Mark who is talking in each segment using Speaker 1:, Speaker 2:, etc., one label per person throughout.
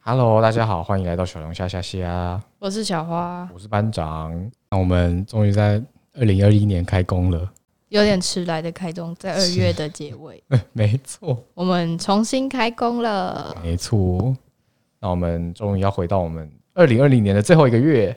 Speaker 1: Hello，大家好，欢迎来到小龙虾虾虾，
Speaker 2: 我是小花，
Speaker 1: 我是班长。那我们终于在二零二一年开工了，
Speaker 2: 有点迟来的开工，在二月的结尾，
Speaker 1: 没错，
Speaker 2: 我们重新开工了。
Speaker 1: 没错。那我们终于要回到我们二零二零年的最后一个月，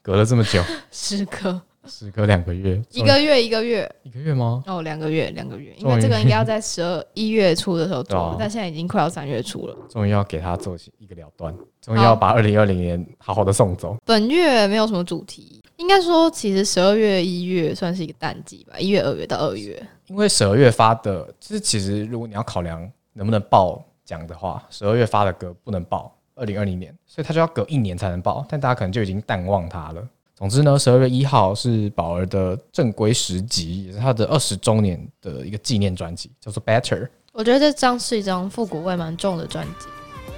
Speaker 1: 隔了这么 久，
Speaker 2: 时隔
Speaker 1: 时隔两个月，
Speaker 2: 一个月一个月
Speaker 1: 一个月吗？
Speaker 2: 哦，两个月两个月，因
Speaker 1: 终于
Speaker 2: 为这个应该要在十二一月初的 时候
Speaker 1: 对啊
Speaker 2: 做，但现在已经快要三月初了。
Speaker 1: 终于要给他做一个了断，终于要把二零二零年好好的送走。
Speaker 2: 本月没有什么主题，应该说其实十二月一月算是一个淡季吧，一月二月到二月，
Speaker 1: 因为十二月发的，就是其实如果你要考量能不能报奖的话，十二月发的歌不能报二零二零年，所以他就要隔一年才能报，但大家可能就已经淡忘它了。总之呢，十二月一号是宝儿的正规十集，也是他的二十周年的一个纪念专辑，叫做《Better》。
Speaker 2: 我觉得这张是一张复古味蛮重的专辑，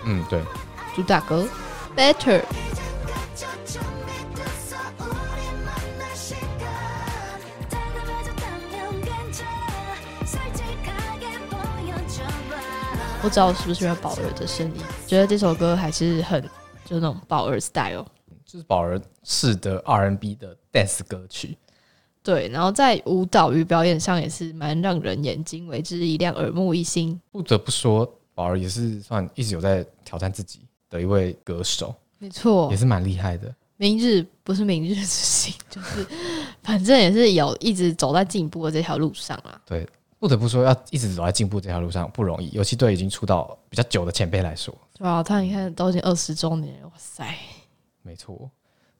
Speaker 1: 嗯，对，
Speaker 2: 主打歌 Better。
Speaker 3: 저정비돼서 우리 만날 시간 달라졌다면 괜찮아 솔직하게 보여줘봐
Speaker 2: 不知道是不是因为宝儿的声音，觉得这首歌还是很就是那种宝儿 style。
Speaker 1: 就是宝儿式的 R&B 的 dance 歌曲。
Speaker 2: 对，然后在舞蹈与表演上也是蛮让人眼睛为之一亮、耳目一新。
Speaker 1: 不得不说，宝儿也是算一直有在挑战自己的一位歌手，
Speaker 2: 没错
Speaker 1: 也，是蛮厉害的。
Speaker 2: 明日不是明日之星， 就是反正也是有一直走在进步的这条路上啊。
Speaker 1: 对，不得不说，要一直走在进步这条路上不容易，尤其对已经出道比较久的前辈来说，
Speaker 2: 对啊，他你看都已经二十周年了，哇塞，
Speaker 1: 没错。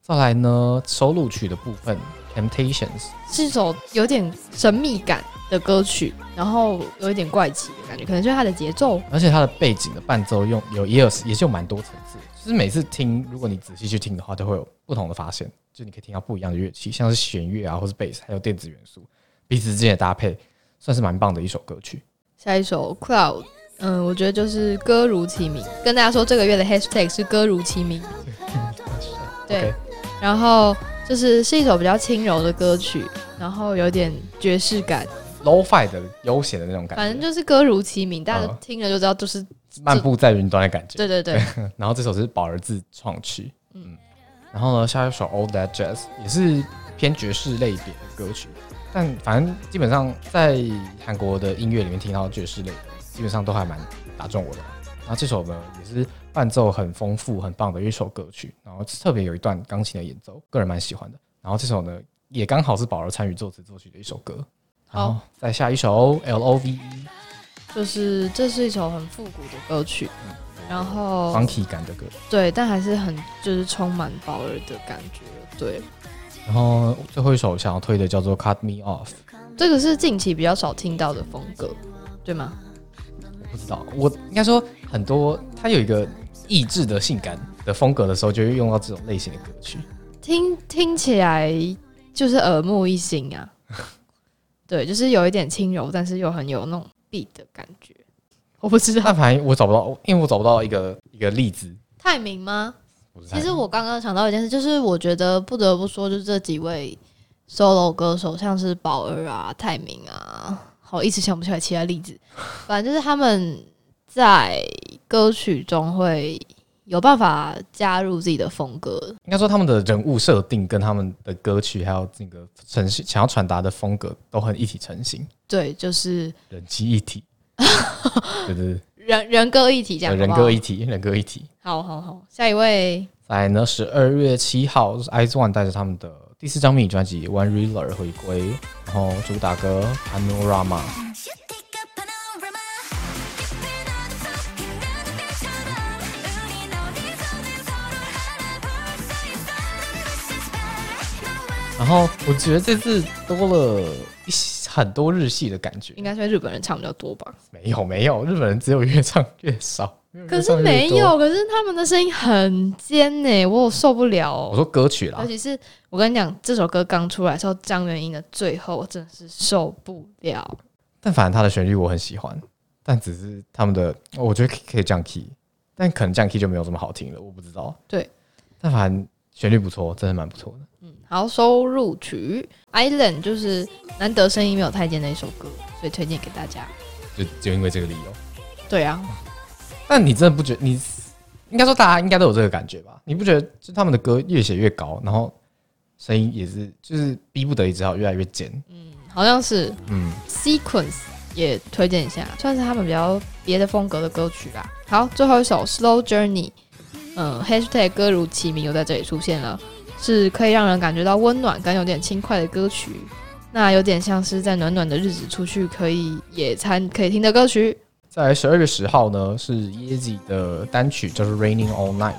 Speaker 1: 再来呢，收录曲的部分，Temptations，
Speaker 2: 是一首有点神秘感的歌曲，然后有一点怪奇的感觉，可能就是它的节奏
Speaker 1: 而且它的背景的伴奏用有也有也是有蛮多层次的，就是每次听，如果你仔细去听的话，都会有不同的发现，就你可以听到不一样的乐器，像是弦乐啊，或是贝斯，还有电子元素，彼此之间的搭配，算是蛮棒的一首歌曲。
Speaker 2: 下一首《Cloud》，嗯，我觉得就是歌如其名。跟大家说，这个月的 Hashtag 是歌如其 名。对
Speaker 1: OK，
Speaker 2: 然后就是是一首比较轻柔的歌曲，然后有点爵士感，
Speaker 1: ，low-fi 的悠闲的那种感觉，
Speaker 2: 反正就是歌如其名，大家
Speaker 1: 嗯
Speaker 2: 听了就知道，就是
Speaker 1: 漫步在云端的感觉。
Speaker 2: 对对对，
Speaker 1: 然后这首是宝儿自创曲，嗯，然后呢，下一首《All That Jazz》也是偏爵士类别的歌曲，但反正基本上在韩国的音乐里面听到爵士类，基本上都还蛮打中我的。然后这首呢也是伴奏很丰富、很棒的一首歌曲，然后特别有一段钢琴的演奏，个人蛮喜欢的。然后这首呢也刚好是宝儿参与作词作曲的一首歌。
Speaker 2: 好
Speaker 1: 好，再下一首 L O V E
Speaker 2: 就是这是一首很复古的歌曲，然后
Speaker 1: funky 感的歌，
Speaker 2: 对，但还是很就是充满宝儿的感觉。对，
Speaker 1: 然后最后一首想要推的叫做 Cut Me Off。
Speaker 2: 这个是近期比较少听到的风格，对吗？
Speaker 1: 不知道，我应该说很多，它有一个意志的性感的风格的时候，就会用到这种类型的歌曲。
Speaker 2: 听听起来就是耳目一新啊。对，就是有一点轻柔，但是又很有那种 beat 的感觉。我不知道
Speaker 1: 但反正我找不到，因为我找不到一个一个例子。
Speaker 2: 泰明吗？
Speaker 1: 不是太
Speaker 2: 其实我刚刚想到一件事，就是我觉得不得不说，就是这几位 solo 歌手，像是宝儿啊、泰明啊，好，一时想不起来其他例子。反正就是他们在歌曲中会有办法加入自己的风格，
Speaker 1: 应该说他们的人物设定跟他们的歌曲还有这个呈现想要传达的风格都很一体成型，
Speaker 2: 对，就是
Speaker 1: 人机一 体。对对
Speaker 2: 人人歌一体这
Speaker 1: 对，
Speaker 2: 样好
Speaker 1: 呃人
Speaker 2: 不好
Speaker 1: 格一体，人格一体。
Speaker 2: 好好好，下一位
Speaker 1: 再来呢，十二月七号就是 i z One 带着他们的第四张迷你专辑《One Reeler》回归，然后主打歌《Panorama》。
Speaker 3: You take a panorama 깊은 어둠 속에 나는 별처럼 우린 어디서든 서로 하나 볼 수 있어 나는 다시 spark 너와
Speaker 1: 然后我觉得这次多了一些很多日系的感觉
Speaker 2: 应，该是日本人唱比较多吧？
Speaker 1: 没有没有，日本人只有越唱越少，没有
Speaker 2: 可
Speaker 1: 越
Speaker 2: 是
Speaker 1: 唱越
Speaker 2: 没
Speaker 1: 多。
Speaker 2: 有，可是他们的声音很尖呢、我受不了、哦
Speaker 1: 我说歌曲啦
Speaker 2: 尤，其是我跟你讲，这首歌刚出来的时候，张元英的最后，我真的是受不了。
Speaker 1: 但反正它的旋律我很喜欢，但只是他们的我觉得可以降 key，但可能降 key 就没有这么好听了，我不知道。
Speaker 2: 对，
Speaker 1: 但反正旋律不错，真的蛮不错的。
Speaker 2: 好，收入曲《Island》就是难得声音没有太尖的一首歌，所以推荐给大家。
Speaker 1: 就就因为这个理由，
Speaker 2: 对啊，
Speaker 1: 但你真的不觉你应该说大家应该都有这个感觉吧？你不觉得就他们的歌越写越高，然后声音也是就是逼不得已只好越来越尖？
Speaker 2: 好像是
Speaker 1: 嗯，
Speaker 2: Sequence 也推荐一下，算是他们比较别的风格的歌曲啦。好，最后一首 Slow Journey，嗯，Hashtag 歌如其名又在这里出现了，是可以让人感觉到温暖跟有点轻快的歌曲。那有点像是在暖暖的日子出去可以野餐可以听的歌曲。
Speaker 1: 在十二月十号呢是 Yeezy 的单曲叫做《Raining All Night》，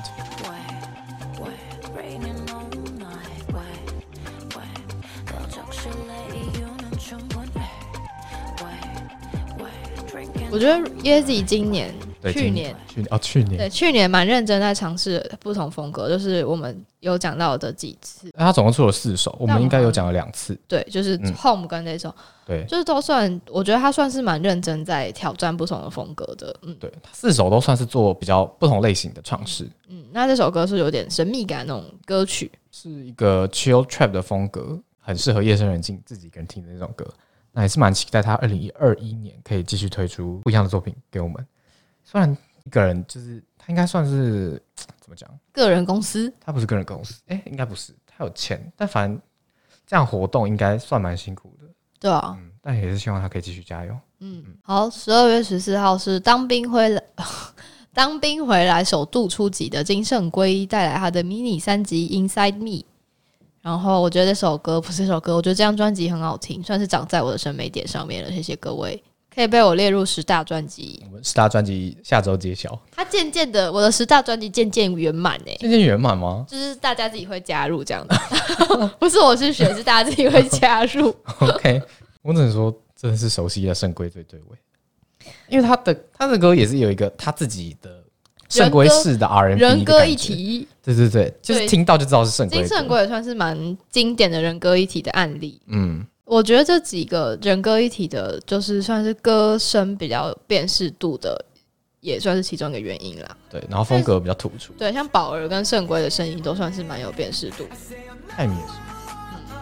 Speaker 2: 我觉得 Yeezy 今年、
Speaker 1: 对，
Speaker 2: 去
Speaker 1: 今
Speaker 2: 年
Speaker 1: 去年哦去年，
Speaker 2: 对去年蛮认真在尝试不同风格，就是我们有讲到的几次，
Speaker 1: 那他总共出了四首，我
Speaker 2: 那我
Speaker 1: 们应该
Speaker 2: 们
Speaker 1: 有讲了两次，
Speaker 2: 对，就是
Speaker 1: 嗯
Speaker 2: Home 跟那首。
Speaker 1: 对
Speaker 2: 就是都算，我觉得他算是蛮认真在挑战不同的风格的。嗯
Speaker 1: 对，他四首都算是做比较不同类型的尝试，
Speaker 2: 嗯，那这首歌是有点神秘感那种歌曲，
Speaker 1: 是一个 chill trap 的风格，很适合夜深人静自己一个人听的那种歌。那也是蛮期待他二零二一年可以继续推出不一样的作品给我们。虽然一个人就是他应该算是怎么讲，
Speaker 2: 个人公司
Speaker 1: 他不是个人公司，哎、应该不是，他有钱，但反正这样活动应该算蛮辛苦的。
Speaker 2: 对啊，
Speaker 1: 嗯，但也是希望他可以继续加油。
Speaker 2: 嗯，好，十二月十四号是当兵回来， 当兵回来首度出辑的金圣圭带来他的 mini 三辑《Inside Me》，然后我觉得这首歌不是这首歌，我觉得这张专辑很好听，算是长在我的审美点上面了。谢谢各位，可以被我列入十大专辑。
Speaker 1: 我们十大专辑下周揭晓，
Speaker 2: 它渐渐的，我的十大专辑渐渐圆满欸诶。
Speaker 1: 渐渐圆满吗？
Speaker 2: 就是大家自己会加入这样子， 不是我去选，是大家自己会加入。
Speaker 1: OK，我只能说真的是熟悉的圣龟最对味，因为他的他的歌也是有一个他自己的圣龟式的 R N
Speaker 2: 人歌一，体，
Speaker 1: 对对对，就是
Speaker 2: 对
Speaker 1: 听到就知道是圣龟
Speaker 2: 金
Speaker 1: 的
Speaker 2: 圣
Speaker 1: 歌，
Speaker 2: 圭也算是蛮经典的人歌一体的案例。
Speaker 1: 嗯，
Speaker 2: 我觉得这几个人歌一体的，就是算是歌声比较有辨识度的，也算是其中一个原因啦。
Speaker 1: 对，然后风格比较突出，
Speaker 2: 对，像宝儿跟圣圭的声音都算是蛮有辨识度的。
Speaker 1: 泰米也是，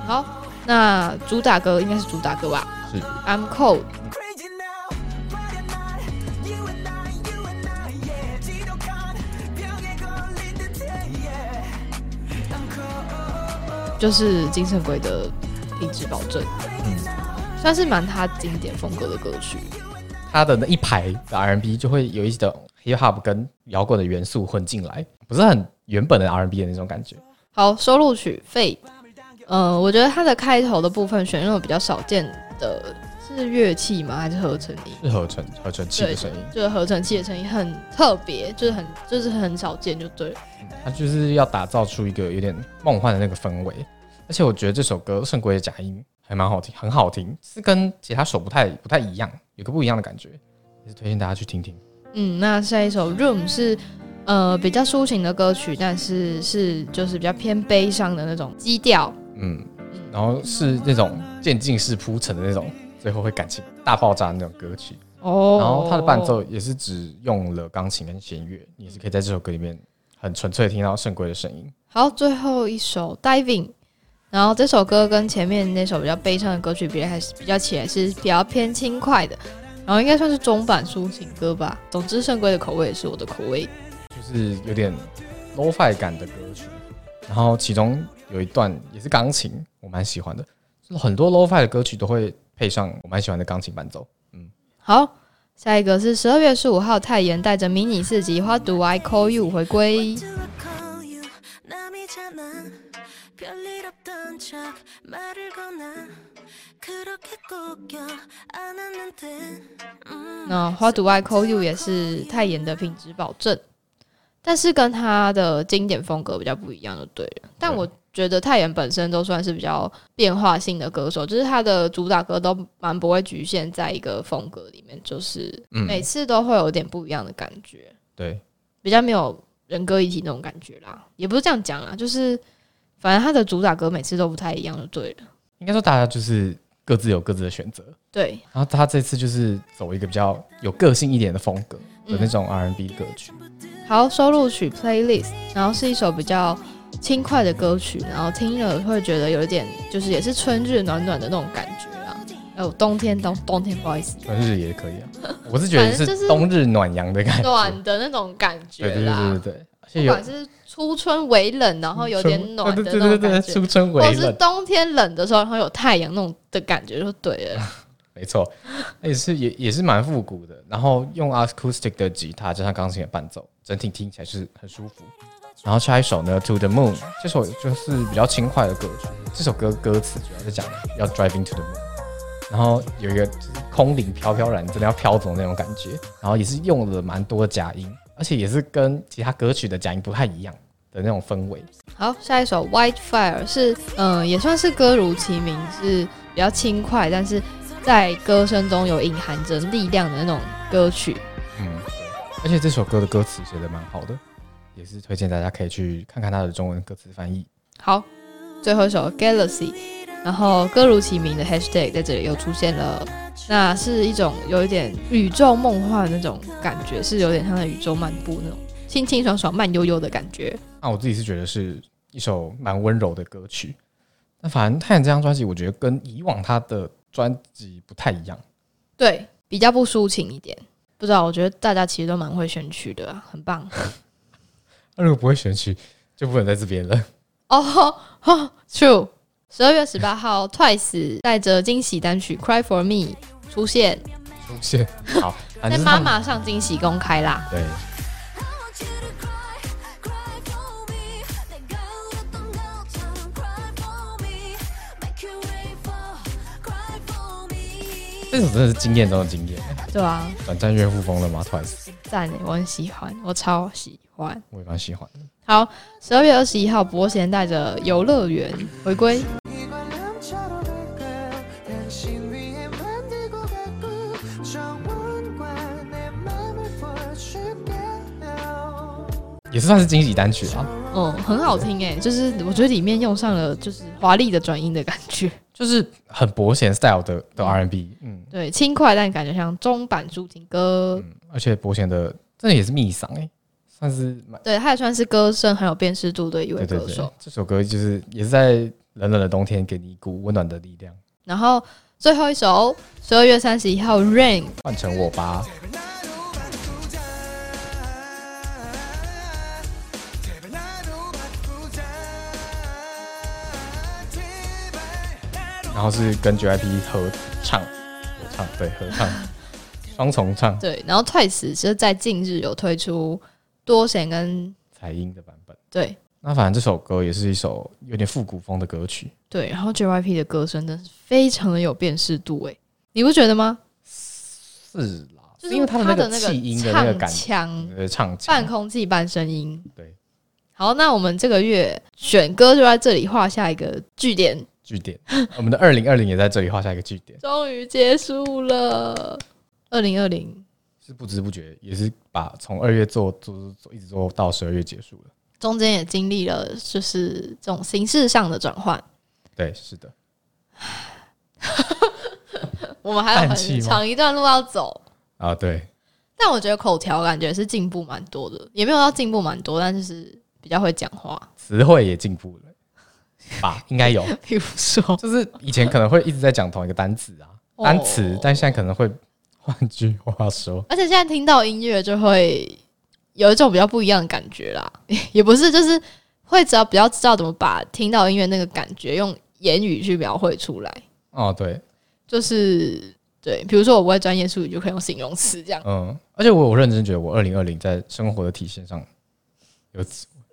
Speaker 2: 好，那主打歌应该是主打歌吧？
Speaker 1: 是
Speaker 2: I'm Cold。
Speaker 3: Crazy now, but I'm not. You and I, you and I, yeah. 지독한 병에 걸린 듯해, yeah. I'm cold.
Speaker 2: 就是金圣圭的品质保证，算是蛮他经典风格的歌曲。
Speaker 1: 他的那一排的 R N B 就会有一种 hip hop 跟摇滚的元素混进来，不是很原本的 R N B 的那种感觉，
Speaker 2: 好，收录曲《Fade》，嗯，我觉得它的开头的部分选用了比较少见的，是乐器吗？还是合成音？
Speaker 1: 是合成合成器的声音，
Speaker 2: 就是合成器的声音很特别，就是很就是很少见，就对了。
Speaker 1: 他就是要打造出一个有点梦幻的那个氛围。而且我觉得这首歌《圣鬼的假音》还蛮好听，很好听，是跟其他首不太不太一样，有个不一样的感觉，也是推荐大家去听听。
Speaker 2: 嗯，那下一首《Room》是呃比较抒情的歌曲，但是是就是比较偏悲伤的那种基调。
Speaker 1: 嗯，然后是那种渐进式铺陈的那种，最后会感情大爆炸的那种歌曲。
Speaker 2: 哦
Speaker 1: 然后它的伴奏也是只用了钢琴跟弦乐，你也是可以在这首歌里面很纯粹地听到圣鬼的声音。
Speaker 2: 好，最后一首《Diving》，然后这首歌跟前面那首比较悲伤的歌曲比还是比较起来是比较偏轻快的，然后应该算是中版抒情歌吧。总之，圣龟的口味也是我的口味。
Speaker 1: 就是有点 lo-fi 感的歌曲。然后其中有一段也是钢琴，我蛮喜欢的。就是很多 lo-fi 的歌曲都会配上我蛮喜欢的钢琴伴奏。
Speaker 2: 好，下一个是十二月十五号，泰妍带着迷你四集《What Do I Call You》回归。
Speaker 3: Do I call you? 남이잖아. 별일 없던 척 말을 거나 그렇게 꼭 껴안았는데, 음.
Speaker 2: 那《What Do I Call You》也是泰妍的品质保证，但是跟他的经典风格比较不一样，就对了。但
Speaker 1: 对
Speaker 2: 我觉得泰妍本身都算是比较变化性的歌手，就是他的主打歌都蛮不会局限在一个风格里面，就是
Speaker 1: 嗯，
Speaker 2: 每次都会有点不一样的感觉，
Speaker 1: 对，
Speaker 2: 比较没有人歌一体那种感觉啦。也不是这样讲啦，就是反正他的主打歌每次都不太一样，就对了。
Speaker 1: 应该说大家就是各自有各自的选择。
Speaker 2: 对，
Speaker 1: 然后他这次就是走一个比较有个性一点的风格的那种 R&B 歌曲，
Speaker 2: 嗯好，收录曲 playlist，然后是一首比较轻快的歌曲，然后听了会觉得有一点就是也是春日暖暖的那种感觉啊，哎、我冬天冬冬天不好 意思，
Speaker 1: 短日也可以啊。我是觉得
Speaker 2: 反正就是
Speaker 1: 是冬日暖阳的感觉，
Speaker 2: 暖的那种感觉
Speaker 1: 对对对
Speaker 2: 啦。
Speaker 1: 对对对，而且
Speaker 2: 不
Speaker 1: 有呃
Speaker 2: 管是初春微冷，然后有点暖的
Speaker 1: 对对
Speaker 2: 那
Speaker 1: 对
Speaker 2: 种
Speaker 1: 对对，
Speaker 2: 感觉，
Speaker 1: 初春
Speaker 2: 或
Speaker 1: 微
Speaker 2: 者是
Speaker 1: 冷，
Speaker 2: 冬天冷的时候，然后有太阳那种的感觉就对 了。
Speaker 1: 没错，也是也也是蛮复古的。然后用 acoustic 的吉他加上钢琴的伴奏，整体听起来是很舒服。然后下一首呢，《To the Moon》这首就是比较轻快的歌曲。这首歌歌词主要是讲要 driving to the moon，然后有一个就是空灵飘飘然，真的要飘走那种感觉。然后也是用了蛮多假音，而且也是跟其他歌曲的假音不太一样的那种氛围。
Speaker 2: 好，下一首《White Fire》是，嗯、也算是歌如其名，是比较轻快，但是在歌声中有隐含着力量的那种歌曲。
Speaker 1: 嗯，对而且这首歌的歌词写的蛮好的，也是推荐大家可以去看看它的中文歌词翻译。
Speaker 2: 好，最后一首《Galaxy》，然后歌如其名的 Hashtag 在这里又出现了，那是一种有一点宇宙梦幻的那种感觉，是有点像在宇宙漫步那种清清爽爽、慢悠悠的感觉。
Speaker 1: 那我自己是觉得是一首蛮温柔的歌曲。那反正太阳这张专辑，我觉得跟以往他的专辑不太一样。
Speaker 2: 对，比较不抒情一点。不知道，我觉得大家其实都蛮会选曲的啊，很棒。
Speaker 1: 那如果不会选曲，就不能在这边了。
Speaker 2: 哦、t r u e 十二月十八号，Twice 带着惊喜单曲《Cry for Me》出现，
Speaker 1: 出现好，反
Speaker 2: 在
Speaker 1: 正
Speaker 2: 妈
Speaker 1: 他们
Speaker 2: 妈上惊喜公开啦。
Speaker 1: 对，
Speaker 3: I want you to cry, cry for me. 내 가을했던 것처럼 cry for me. Make you wait for, cry for me.
Speaker 1: 这首真的是经验中的经验，
Speaker 2: 对啊，
Speaker 1: 短暂岳父风了吗？Twice，
Speaker 2: 赞耶，我很喜欢，我超喜欢。
Speaker 1: 我也蛮喜欢的。
Speaker 2: 好，十二月二十一号，伯贤带着游乐园回归。
Speaker 4: 이관람처럼 할까요 당신 위해 만들고 가고 정원과 내 맘을 보여줄게요
Speaker 1: 也是算是惊喜单曲啊，
Speaker 2: 嗯，很好听哎，就是我觉得里面用上了就是华丽的转音的感 觉，
Speaker 1: 就是很伯贤 style 的的 R&B，嗯
Speaker 2: 对，轻快但感觉像中版抒情歌。
Speaker 1: 嗯，而且伯贤的真的也是密嗓哎、算是蛮。
Speaker 2: 对，他也算是歌声很有辨识度的一位
Speaker 1: 对
Speaker 2: 歌
Speaker 1: 对
Speaker 2: 手。
Speaker 1: 对，这首歌就是也是在冷冷的冬天给你一股温暖的力量。
Speaker 2: 然后最后一首，十二月三十一号，Rain
Speaker 1: 换成我吧，
Speaker 4: 제발 나로 바꾸자 제발 나로 바꾸자 제발 나로
Speaker 1: 然后是跟 JYP 合唱，合唱对合唱，双重唱
Speaker 2: 对，然后 Twice 是在近日有推出多弦跟
Speaker 1: 彩音的版本。
Speaker 2: 对
Speaker 1: 那反正这首歌也是一首有点复古风的歌曲，
Speaker 2: 对，然后 JYP 的歌声真是非常的有辨识度诶，你不觉得吗？
Speaker 1: 是啦，
Speaker 2: 就是
Speaker 1: 是因为他的那个气音的那个
Speaker 2: 唱
Speaker 1: 感觉，
Speaker 2: 腔，
Speaker 1: 呃，唱
Speaker 2: 半
Speaker 1: 腔，
Speaker 2: 空气半声音。
Speaker 1: 对，
Speaker 2: 好，那我们这个月选歌就在这里画下一个句点，
Speaker 1: 据点。我们的二零二零也在这里画下一个据点，
Speaker 2: 终于结束了。二零二零，
Speaker 1: 是不知不觉也是把从二月做做做做一直做到十二月结束了。
Speaker 2: 中间也经历了就是这种形式上的转换，
Speaker 1: 对，是的，
Speaker 2: 我们还有
Speaker 1: 叹气
Speaker 2: 很
Speaker 1: 吗
Speaker 2: 长一段路要走。
Speaker 1: 啊，对，
Speaker 2: 但我觉得口条感觉是进步蛮多的，也没有到进步蛮多，但就是比较会讲话。
Speaker 1: 词汇也进步了吧？应该 有，
Speaker 2: 比如说，
Speaker 1: 就是以前可能会一直在讲同一个单词啊，
Speaker 2: 哦
Speaker 1: 单词，但现在可能会换句话说，
Speaker 2: 而且现在听到音乐就会有一种比较不一样的感觉啦， 也不是，就是会只要比较知道怎么把听到音乐那个感觉用言语去描绘出来，
Speaker 1: 哦，对，
Speaker 2: 就是对，比如说我不会专业术语，就可以用形容词这样。
Speaker 1: 嗯，而且我有认真觉得，我二零二零在生活的体现上有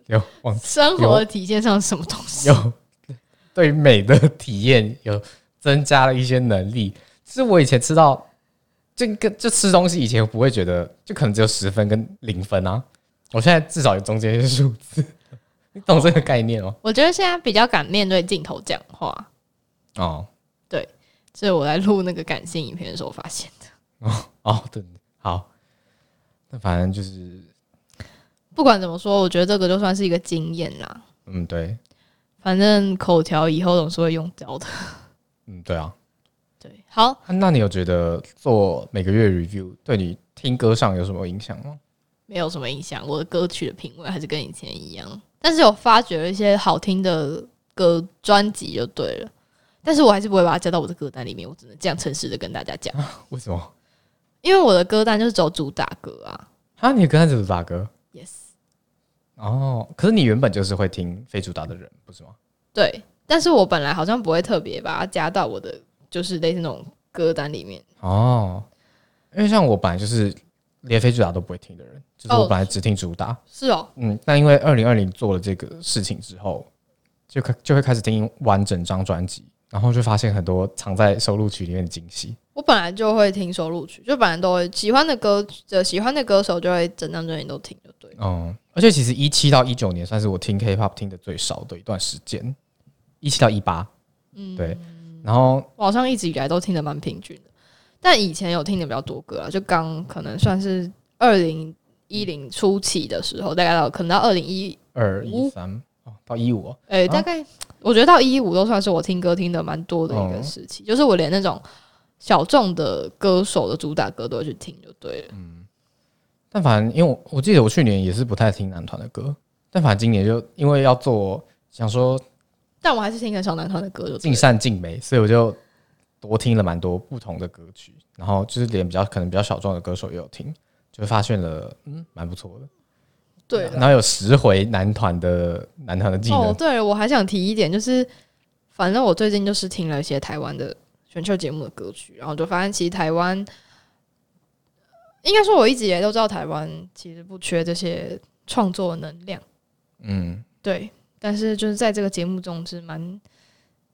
Speaker 1: 有往
Speaker 2: 生活的体现上是什么东西？
Speaker 1: 有对美的体验有增加了一些能力，是我以前吃到。就跟就吃东西以前不会觉得，就可能只有十分跟零分啊。我现在至少有中间数字，你懂这个概念哦？
Speaker 2: 我觉得现在比较敢面对镜头讲话，
Speaker 1: 哦，
Speaker 2: 这是我在录那个感性影片的时候发现的。
Speaker 1: 哦， 对，好，那反正就是，
Speaker 2: 不管怎么说，我觉得这个就算是一个经验啦。
Speaker 1: 嗯，对，
Speaker 2: 反正口条以后总是会用到的。
Speaker 1: 嗯，对啊。
Speaker 2: 对，好，
Speaker 1: 啊那你有觉得做每个月 review 对你听歌上有什么影响吗？
Speaker 2: 没有什么影响，我的歌曲的品味还是跟以前一样，但是有发掘了一些好听的歌专辑就对了。但是我还是不会把它加到我的歌单里面，我只能这样诚实的跟大家讲，
Speaker 1: 为什么？
Speaker 2: 因为我的歌单就是走主打歌啊。
Speaker 1: 啊，你跟他怎么打歌？
Speaker 2: Yes，
Speaker 1: 哦，可是你原本就是会听非主打的人，不是吗？
Speaker 2: 对，但是我本来好像不会特别把它加到我的就是类似那种歌单里面。
Speaker 1: 哦，因为像我本来就是连非主打都不会听的人，就是我
Speaker 2: 哦
Speaker 1: 本来只听主打。
Speaker 2: 是哦，
Speaker 1: 嗯，但因为二零二零做了这个事情之后，就开就会开始听完整张专辑，然后就发现很多藏在收录曲里面的惊喜。
Speaker 2: 我本来就会听收录曲，就本来都会喜欢的歌，呃，喜欢的歌手就会整张专辑都听，就对了。
Speaker 1: 嗯，而且其实一七到一九年算是我听 K-pop 听的最少的一段时间，一七到一八，嗯，对。然后
Speaker 2: 我好像一直以来都听得蛮平均的，但以前有听的比较多歌啊，就刚可能算是二零一零初期的时候，大概到可能到二零一，
Speaker 1: 二一三哦到一五、哦，
Speaker 2: 诶，
Speaker 1: 啊
Speaker 2: 大概我觉得到一五都算是我听歌听的蛮多的一个时期，就是我连那种小众的歌手的主打歌都会去听，就对了。
Speaker 1: 但反正因为我我记得我去年也是不太听男团的歌，但反正今年就因为要做想说
Speaker 2: 但我还是听很少男团的歌，就对
Speaker 1: 尽
Speaker 2: 了
Speaker 1: 善尽美，所以我就多听了蛮多不同的歌曲，然后就是连比较可能比较小众的歌手也有听，就发现了嗯蛮不错的。
Speaker 2: 对了
Speaker 1: 然后有十回男团的男团的技能，
Speaker 2: 哦，对了，我还想提一点，就是反正我最近就是听了一些台湾的选秀节目的歌曲，然后就发现其实台湾，应该说我一直以来都知道台湾其实不缺这些创作能量，
Speaker 1: 嗯，
Speaker 2: 对，但是就是在这个节目中是蛮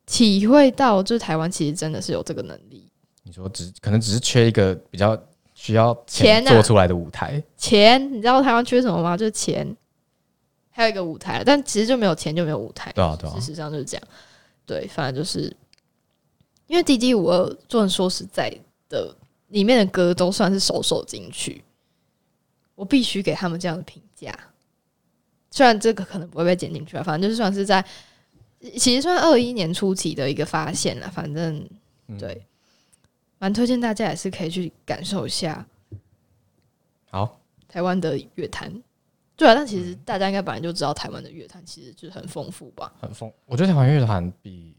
Speaker 2: 体会到，就是台湾其实真的是有这个能力，
Speaker 1: 你说只可能只是缺一个比较需要
Speaker 2: 钱啊
Speaker 1: 做出来的舞台，
Speaker 2: 钱，你知道台湾缺什么吗？就是钱，还有一个舞台，但其实就没有钱就没有舞台，
Speaker 1: 对啊对啊
Speaker 2: 事，实上就是这样。对，反正就是因为《D D 五二》，做人说实在的，里面的歌都算是首首金曲，我必须给他们这样的评价。虽然这个可能不会被剪进去啊，反正就是算是在，其实算二一年初期的一个发现了。反正
Speaker 1: 嗯
Speaker 2: 对，蛮推荐大家也是可以去感受一下
Speaker 1: 好，
Speaker 2: 台湾的乐坛。对啊，但其
Speaker 1: 嗯
Speaker 2: 实大家应该本来就知道台湾的乐坛其实就是很丰富吧。
Speaker 1: 很丰，我觉得台湾乐团比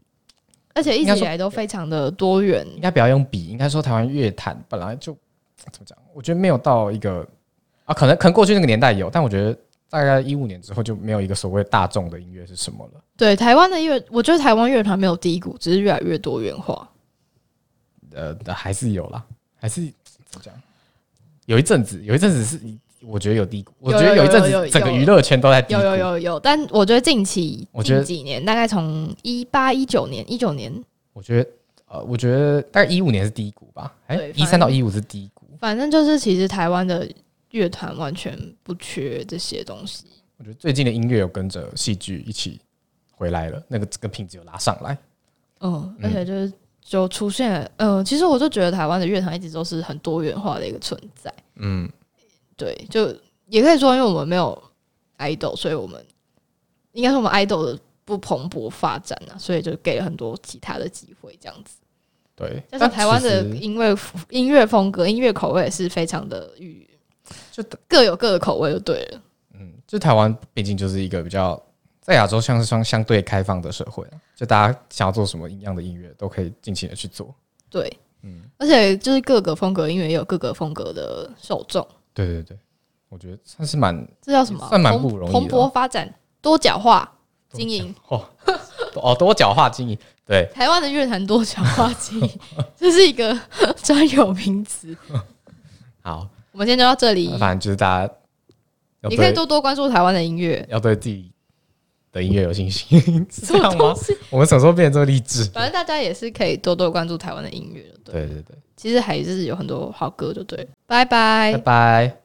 Speaker 2: 而且一
Speaker 1: 应该
Speaker 2: 直以
Speaker 1: 说
Speaker 2: 来都非常的多元。
Speaker 1: 应该不要用比，应该说台湾乐坛本来就怎么讲？我觉得没有到一个啊，可能可能过去那个年代有，但我觉得大概一五年之后就没有一个所谓大众的音乐是什么了。
Speaker 2: 对台湾的乐，我觉得台湾乐团没有低谷，只是越来越多元化。
Speaker 1: 呃，还是有啦，还是怎么讲？有一阵子，有一阵子是我觉得有低谷，我
Speaker 2: 有
Speaker 1: 觉得
Speaker 2: 有
Speaker 1: 一阵
Speaker 2: 有有
Speaker 1: 子
Speaker 2: 有
Speaker 1: 整个
Speaker 2: 有
Speaker 1: 娱乐圈都在低
Speaker 2: 有
Speaker 1: 谷。
Speaker 2: 有有有，但我觉得近期
Speaker 1: 我觉得
Speaker 2: 近几年，大概从一八一九年一九年，
Speaker 1: 我觉得呃，我觉得大概一五年是低谷吧，哎、
Speaker 2: 对
Speaker 1: 一
Speaker 2: 反
Speaker 1: 三
Speaker 2: 正
Speaker 1: 到一五是低谷。
Speaker 2: 反正就是其实台湾的乐团完全不缺这些东西。
Speaker 1: 我觉得最近的音乐有跟着戏剧一起回来了，那个这个品质有拉上来。
Speaker 2: 嗯，
Speaker 1: 嗯
Speaker 2: 而且就是就出现了，嗯、其实我就觉得台湾的乐团一直都是很多元化的一个存在。
Speaker 1: 嗯，
Speaker 2: 对，就也可以说，因为我们没有 idol，所以我们应该说我们 idol 的不蓬勃发展啊，所以就给了很多其他的机会，这样子。
Speaker 1: 对。
Speaker 2: 加上
Speaker 1: 但
Speaker 2: 台湾
Speaker 1: 其
Speaker 2: 的
Speaker 1: 实
Speaker 2: 音乐音乐风格、音乐口味也是非常的与
Speaker 1: 就
Speaker 2: 各有各的口味，就对了。
Speaker 1: 嗯，就台湾毕竟就是一个比较在亚洲像是相相对开放的社会啊，就大家想要做什么一样的音乐都可以尽情的去做。
Speaker 2: 对，
Speaker 1: 嗯
Speaker 2: 而且就是各个风格音乐也有各个风格的受众，
Speaker 1: 对对对，我觉得算是蛮
Speaker 2: 这叫什么啊？
Speaker 1: 算蛮
Speaker 2: 蓬
Speaker 1: 不容易的啊
Speaker 2: 蓬勃发展、多角化经营。
Speaker 1: 哦 哦多角化经营，对，
Speaker 2: 台湾的乐坛多角化经营，这是一个 专有名词。
Speaker 1: 好，
Speaker 2: 我们今天就到这里
Speaker 1: 那。反正就是大家要
Speaker 2: 你可以
Speaker 1: 对
Speaker 2: 多多关注台湾的音 乐，
Speaker 1: 要对自己的音乐有信心， 是这
Speaker 2: 什么
Speaker 1: 样吗
Speaker 2: 东？西？
Speaker 1: 我们什么时候变得这么励志？
Speaker 2: 反正大家也是可以多多关注台湾的音乐，对
Speaker 1: 对
Speaker 2: 了，
Speaker 1: 对对，
Speaker 2: 其实还是有很多好歌，就对了，拜拜
Speaker 1: 拜。拜。